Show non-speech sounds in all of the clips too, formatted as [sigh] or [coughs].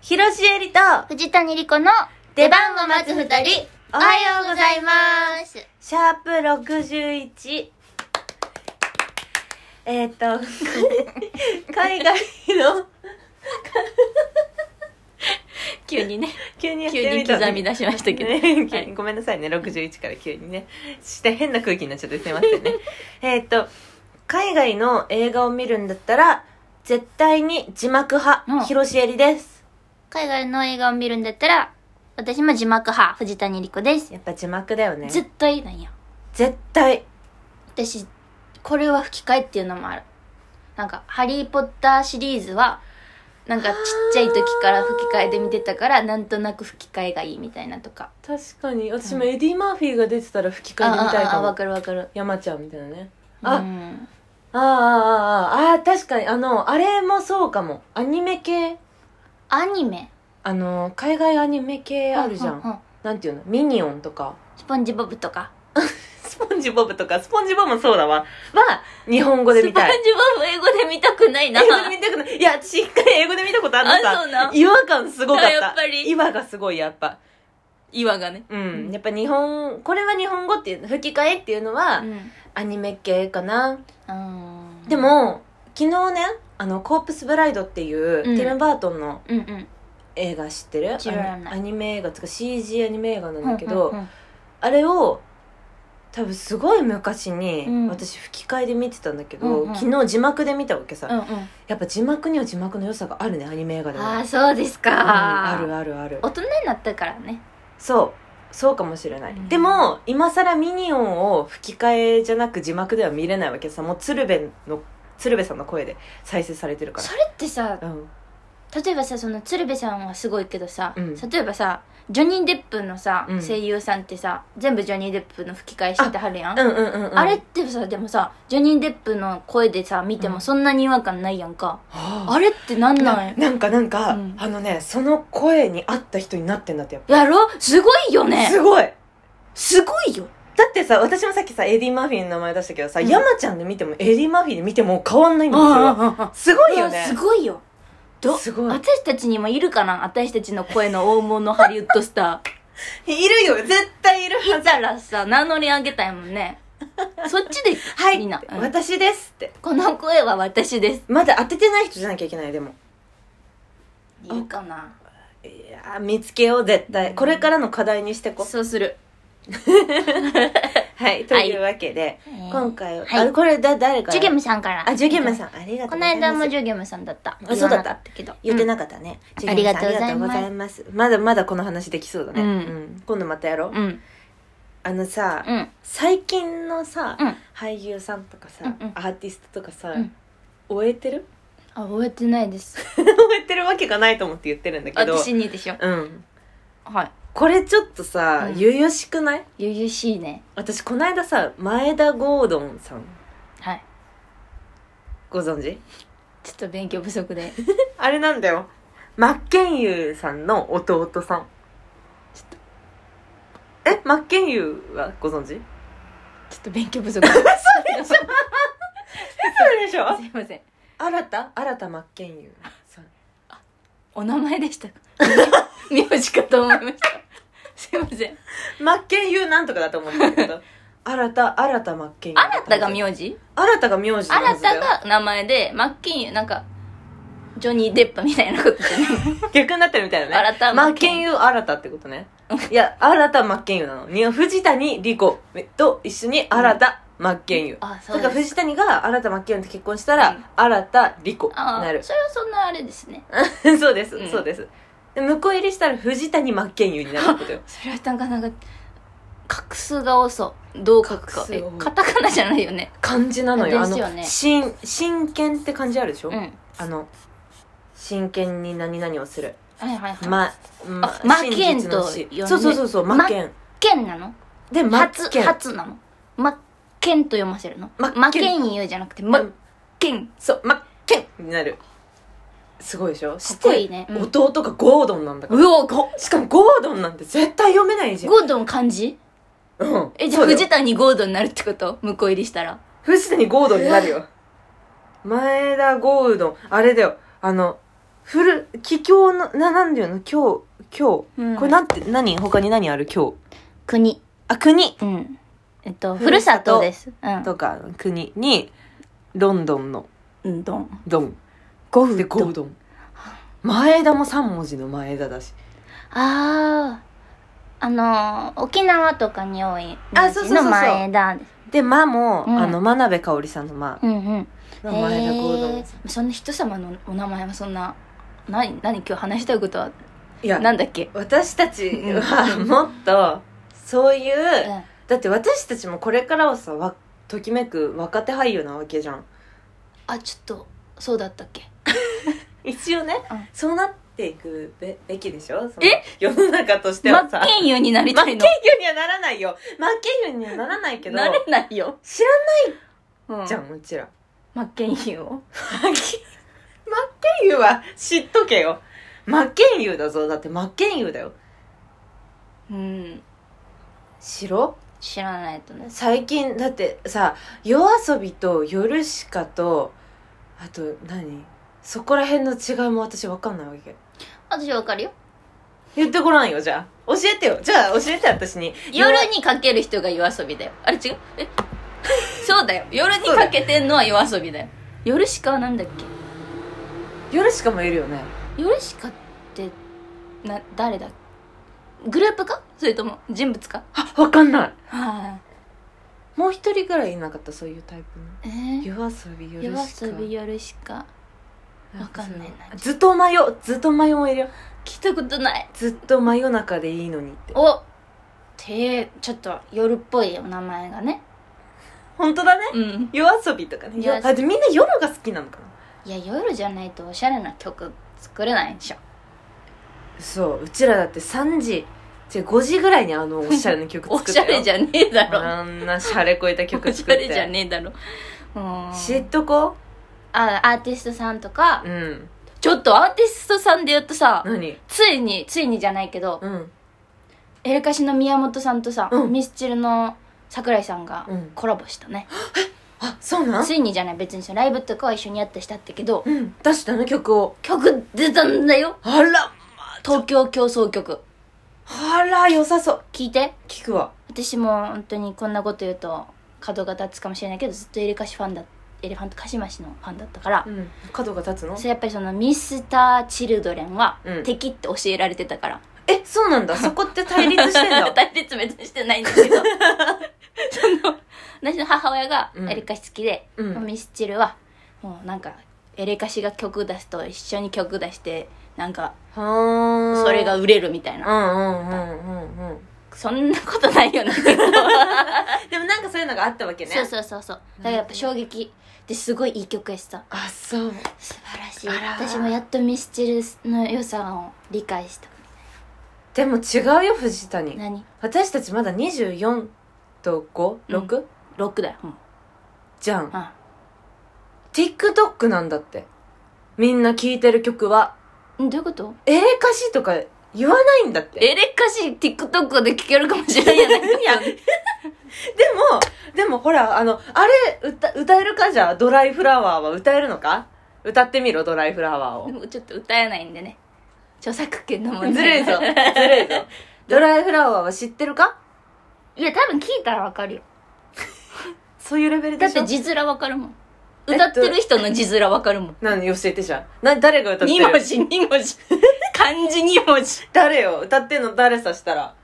広瀬えりと、藤谷莉子の出番を待つ二人、おはようございます。シャープ61。えっ、 [laughs] と、海外の、急に [laughs] ね、 [laughs] 急にやっ急てにみた刻み出しましたけど。ね急はにいごめんなさいね、61から急にね。して変な空気になっちゃってすいませんね。 [laughs] えっと、海外の映画を見るんだったら、絶対に字幕うん派、広瀬えりです。海外の映画を見るんだったら、私も字幕派、藤谷莉子です。やっぱ字幕だよね。絶対なんや。絶対。私、これは吹き替えっていうのもある。なんか、ハリーポッターシリーズは、なんかちっちゃい時から吹き替えで見てたから、なんとなく吹き替えがいいみたいなとか。確かに。私もエディ・マーフィーが出てたら吹き替えで見たいああかあわも。かるわかる。山ちゃんみたいなね。うあ、んあああああああ確かにあのあれもそうかもアニメ系アニメあの海外アニメ系あるじゃん、うううなんていうのミニオンとかスポンジボブとか。スポンジボブとかスポンジボブもそうだわは日本語で見たスポいンジボブ英語で見たくないな。英語で見たくないいや私一回英語で見たことあるのあそうさなん違和感すごかったあやっぱり違和がすごいやっぱ岩がね。うんやっぱ日本これは日本語っていう吹き替えっていうのはアニメ系かな、うんで、も昨日ねあのコープスブライドっていう、うんティム・バートンのうんうん。映画知ってる知らないアニアニメ映画つか CG アニメ映画なんだけど、うんうんうんあれを多分すごい昔に、うん私吹き替えで見てたんだけど、うんうん昨日字幕で見たわけさ、うんうんやっぱ字幕には字幕の良さがあるねアニメ映画でもああ、そうですか。うんあるあるある大人になったからね。そうそうかもしれない、うんでも今更ミニオンを吹き替えじゃなく字幕では見れないわけさもう鶴瓶の鶴瓶さんの声で再生されてるかそれってさ、らうん例えばさ、その鶴瓶さんはすごいけどさ、うん例えばさ、ジョニー・デップのさ、うん声優さんってさ、全部ジョニー・デップの吹き替えしてはるやん。うんうんうんうんあれってさ、でもさ、ジョニー・デップの声でさ、見てうんもそんなに違和感ないやんか。はああれってなんなないなんかなんか、うんあのねその声に合った人になってんだってやっやろすごいよぱ、ねすごいだすごいよってさ私もさっきさエディ・マーフィーの名前出したけどさ、うん山ちゃんで見てもエディ・マーフィーで見ても変わんないんですよすごいよねすごいよどすごい私たちにもいるかな私たちの声の大物ハリウッドスタいるよ絶対いるーいたらさ名乗り上げたいもん [laughs] ねそっちではいみんな、うん私ですってこの声は私ですまだ当ててない人じゃなきゃいけないでもいるかないやー見つけよう絶対、うんこれからの課題にしてこうそうするはいというわけで、今回は、あれこれだ誰からジュゲムさんからあジュゲムさんありがとうごこのざいます間もジュゲムさんだったあそうだった言わなかけど言っていなかったね、んジュゲムさんありがとうございますまだまだこの話できそうだね、うんん今度またやろう、うんあのさ、うん最近のさ、うん俳優さんとかさ、うんうんアーティストとかさ、うん終えてる [laughs] あ覚えてないです終えてるわけがないと思って言ってるんだけど私にでしょうんはいこれちょっとさ、うんゆゆしくないゆゆしいね私この間さ前田ゴードンさんはいご存知ちょっと勉強不 [laughs] 足でちょあれなんだよ真ッケンユーさんの弟さんえ真ッケンユーはご存知っと勉強不足ですそうでしょいません新た新た真ッケンユーさんお名前でしたか [laughs] 名字かと思いましたすいません真ッケンユーなんとかだと思うんだけど [laughs] 新た新た真ッケンユー新たが名字新たが名字のは新ずだたよが名前でマッキンユなんかジョニー・デップみたいなことじゃない逆になってるみたいなね新た真真ッケ剣ンユー新たってことねいや新た真ッケンユーなのに藤谷莉子と一緒に新た真ッケンユーあだからです藤谷が新田真剣と結婚したら、うん新田莉子にあなるそれはそんなあれですね [laughs] そうです、うんそうですで向こう入りしたら藤谷真剣佑になるって [laughs] ことよそれはなんかなんか画数が多そうどう書画くか数え多いカタカナじゃないよね漢字なのよですよねあの真真剣って漢字あるでしょ、うんあの真剣に何々をするはいはいはいま、まあ真剣真実の真と呼んでそうそうそうそう真剣剣なので真初剣初なのマッケンと読ませるのマッケンマッケンユじゃなくてまマッケンそう真剣になるすごいでしょっこいいしねてうん弟がゴードンなんだからうおごしかもゴードンなんて絶対読めないじゃんゴードン漢字うんえじゃあそうよ藤谷ゴードンになるってこと向こう入りしたら藤谷ゴードンになるよ。前田ゴードン、あれだよ、あの、ふる気境のななんていうの今日今日、うんこれなんて何他に何ある今日国あ国うんえっとふふるるささととですうんとか国にロンドンのうんどんドンゴウでゴドードン前田も3文字の前田だしあああのー沖縄とかに多いあそうそうそうそうの前だですで「ま」も、うんあの真鍋かおりさんの「ま」うんうん前田ゴードへンーそんな人様のお名前はそんな何何今日話したいことはいやなんだっけ、私たちはもっとそういう、だって私たちもこれからはさわときめく若手俳優なわけじゃんあちょっとそうだったっけ一応ね、うんそうなっていくべべきでしょえ世の中として真はっさ健優になり真たっい健の優にはならないよ真っ健優にはならないけどなれないよ、知らうんんじゃんうちら真っ健優を真っ健優は知っとけよ真っ健優だぞだって真っ健優だようん白知らないとね最近だってさ夜遊びと夜しかとあと何そこら辺の違いも私分かんないわけ私わかるよ言ってごらんよじゃあ教えてよじゃあ教えて私に夜にかける人が夜遊びだよあれ違うえ [laughs] そうだよ夜にかけてんのは夜遊びだよ夜しかはなんだっけ夜しかもいるよね夜しかってな誰だグループかそれとも人物かあ分かんないはもう一人ぐらいいなかったそういうタイプのいえー夜遊び夜夜しか遊び夜しかわかんないなずっと迷うずっと迷うもいるよ聞いたことないずっと真夜中でいいのにっておてちょっと夜っぽいお名前がね本当だねうん夜遊びとかね夜遊びあでみんな夜が好きなのかないや夜じゃないとおしゃれな曲作れないでしょそううちらだって3時じゃ5時ぐらいにあの [laughs] おしゃれな曲お作ったしゃよれじゃねえだろあんなシャレこいた曲おし作ゃってれじゃねえだろうん知っとこあアーティストさんとかううんちょっとアーティストさんで言うとさ何ついについにじゃないけどうんエレカシの宮本さんとさ、うんミスチルの桜井さんがうんコラボしたね、あそうなんついにじゃない別にそのライブとかは一緒にやってしたったけどうん出したの曲を曲出たんだよあら東京競争曲あら良さそう聞いて聞くわ私も本当にこんなこと言うと角が立つかもしれないけどずっとエレカシファンだエレファントカシマシのファンだったから、うん角が立つのそれやっぱりそのミスター・チルドレンはうん敵って教えられてたから、えそうなん [laughs] だそこって [laughs] 対立してんだ [laughs] 対立別にしてないんだけ [laughs] どその私の母親がうんエレカシ好きで、うんミスチルはもうなんかエレカシが曲出すと一緒に曲出してなんかはあそれが売れるみたいな、うんうんうんうんうんそんなことないよ [laughs] なでもなんかそういうのがあったわけね [laughs] そうそうそうそうだからやっぱ衝撃ですごいいい曲やしさあそう素晴らしいあら私もやっとミスチルの良さを理解したでも違うよ藤谷何私たちまだ24と56、ロックだよ、うんじゃんあ TikTok なんだってみんな聴いてる曲はうんどういうことエレカシとか言わないんだってエレカシ TikTok で聴けるかもしれないやないいやでもでもほらあのあれ歌歌えるかじゃあドライフラワーは歌えるのか歌ってみろドライフラワーをでもちょっと歌えないんでね著作権の問題ずるいぞずるいぞドライフラワーは知ってるかいや多分聞いたらわかるよそういうレベルだでっしょて字面わかるもん歌ってる人の字面わかるもん、何教えてじゃん何誰が歌って二る文字2文 [laughs] 字漢字2文字誰よ歌ってんの誰さしたら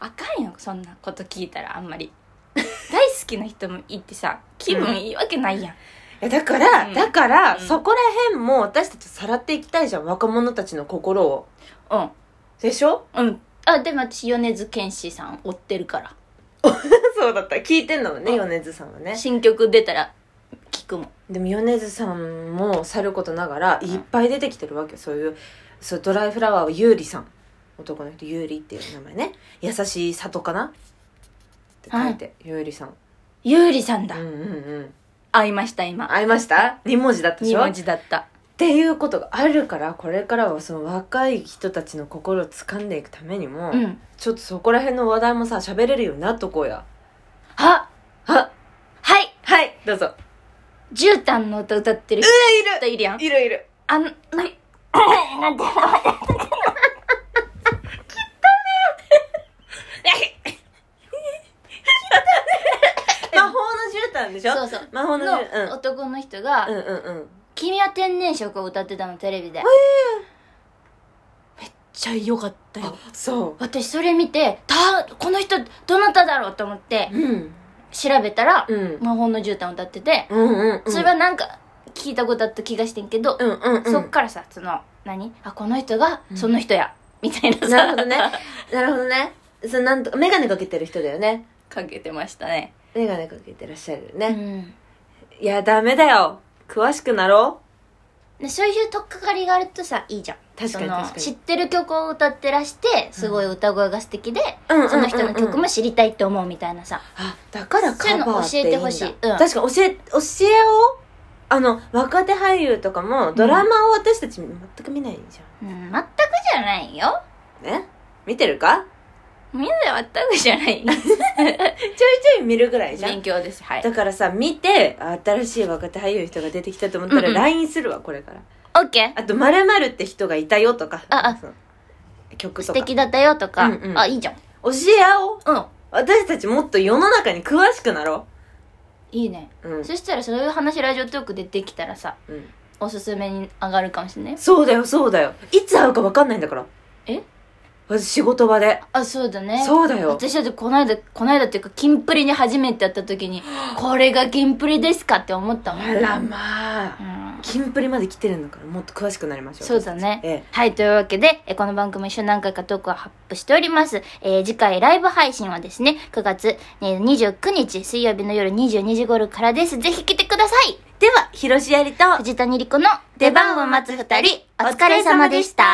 あかんよそんなこと聞いたらあんまり大好きな人もいてさ気分いいわけないやん、いやだから、うんだから、うんそこら辺も私たちさらっていきたいじゃん若者たちの心をうんでしょうん。あ、でも私、米津玄師さん追ってるから。 [laughs] そうだった聞いてんのもね米津さんはね新曲出たら聞くもん。でも米津さんもさることながらいっぱい出てきてるわけよそういうそうドライフラワーは優里さん男の人優里っていう名前ね「優しい里かな?」って書いて優里さんゆうりさんだうん。うんうん会いました、今。会いました2文字だったでし2ょ文字だった。っていうことがあるからこれからはその若い人たちの心を掴んでいくためにも、うん。ちょっとそこら辺の話題もさ喋れるようになっとこうやああはいはいどうぞ絨毯の歌歌ってるえい人いるやん。いるいるあん、な、 [coughs] なんて、なんて、 [laughs] 魔法の絨毯でしょそうそう魔法の絨毯の男の人が、うんうんうんうん君は天然色を歌ってたの、テレビで。めっちゃ良かったよ。そ私それ見て、た、この人、どなただろうと思ってう、うん調べたら、うん魔法の絨毯を歌ってて、うんうんうんそれはなんか、聞いたことあった気がしてんけど、うんうんうんそっからさ、その、何あ、この人が、その人や、みたいななるさほ、どねなるほどねそのなんとか眼鏡かけてる人だよねかけてましたね眼鏡かけてらっしゃるようね、んいやダメだよ詳しくなろでそういうとっかかりがあるとさ、いいじゃん。確かにその確かに知ってる曲を歌ってらして、すごい歌声が素敵で、う、うんうんうんうんその人の曲も知りたいと思うみたいなさ。あだからカバーっていいんだそういうの教えてほしいうん確かに教え教えをあの若手俳優とかもドラマを私たち全く見ないじうん、全くじゃないよ。ゃん、ね見てるかみんな全くじゃない。ちょいちょい見るぐらいじゃん勉強ですはいだからさ見てあ新しい若手俳優の人が出てきたと思ったうんうらん LINE するわこれからオッケーあと「まるって人がいたよとかああその曲素とか敵だったよとか、うんうんあ、いいじゃん。教え合おううん。私たちもっと世の中に詳しくなろいいね。う、うんそしたらそういう話ラジオトークでできたらさ、うんおすすめに上がるかもしれない。そうだよそうだよいつ会うか分かんないんだからえ私仕事場であ、そうだね。そうだよ私だってこの間、この間っていうか、キンプリに初めて会った [gasps] 時に、これがキンプリですかって思ったもん。あらまあうん。キンプリまで来てるんだからもっと詳しくなりましょうそうだねええはい、というわけで、えこの番組一緒に何回かトークをアップしております。えー次回ライブ配信はですね、9月、えー29日水曜日の夜22時頃からです。ぜひ来てくださいでは広瀬やりと藤谷莉子の出番を待つ二人、お疲れ様でした。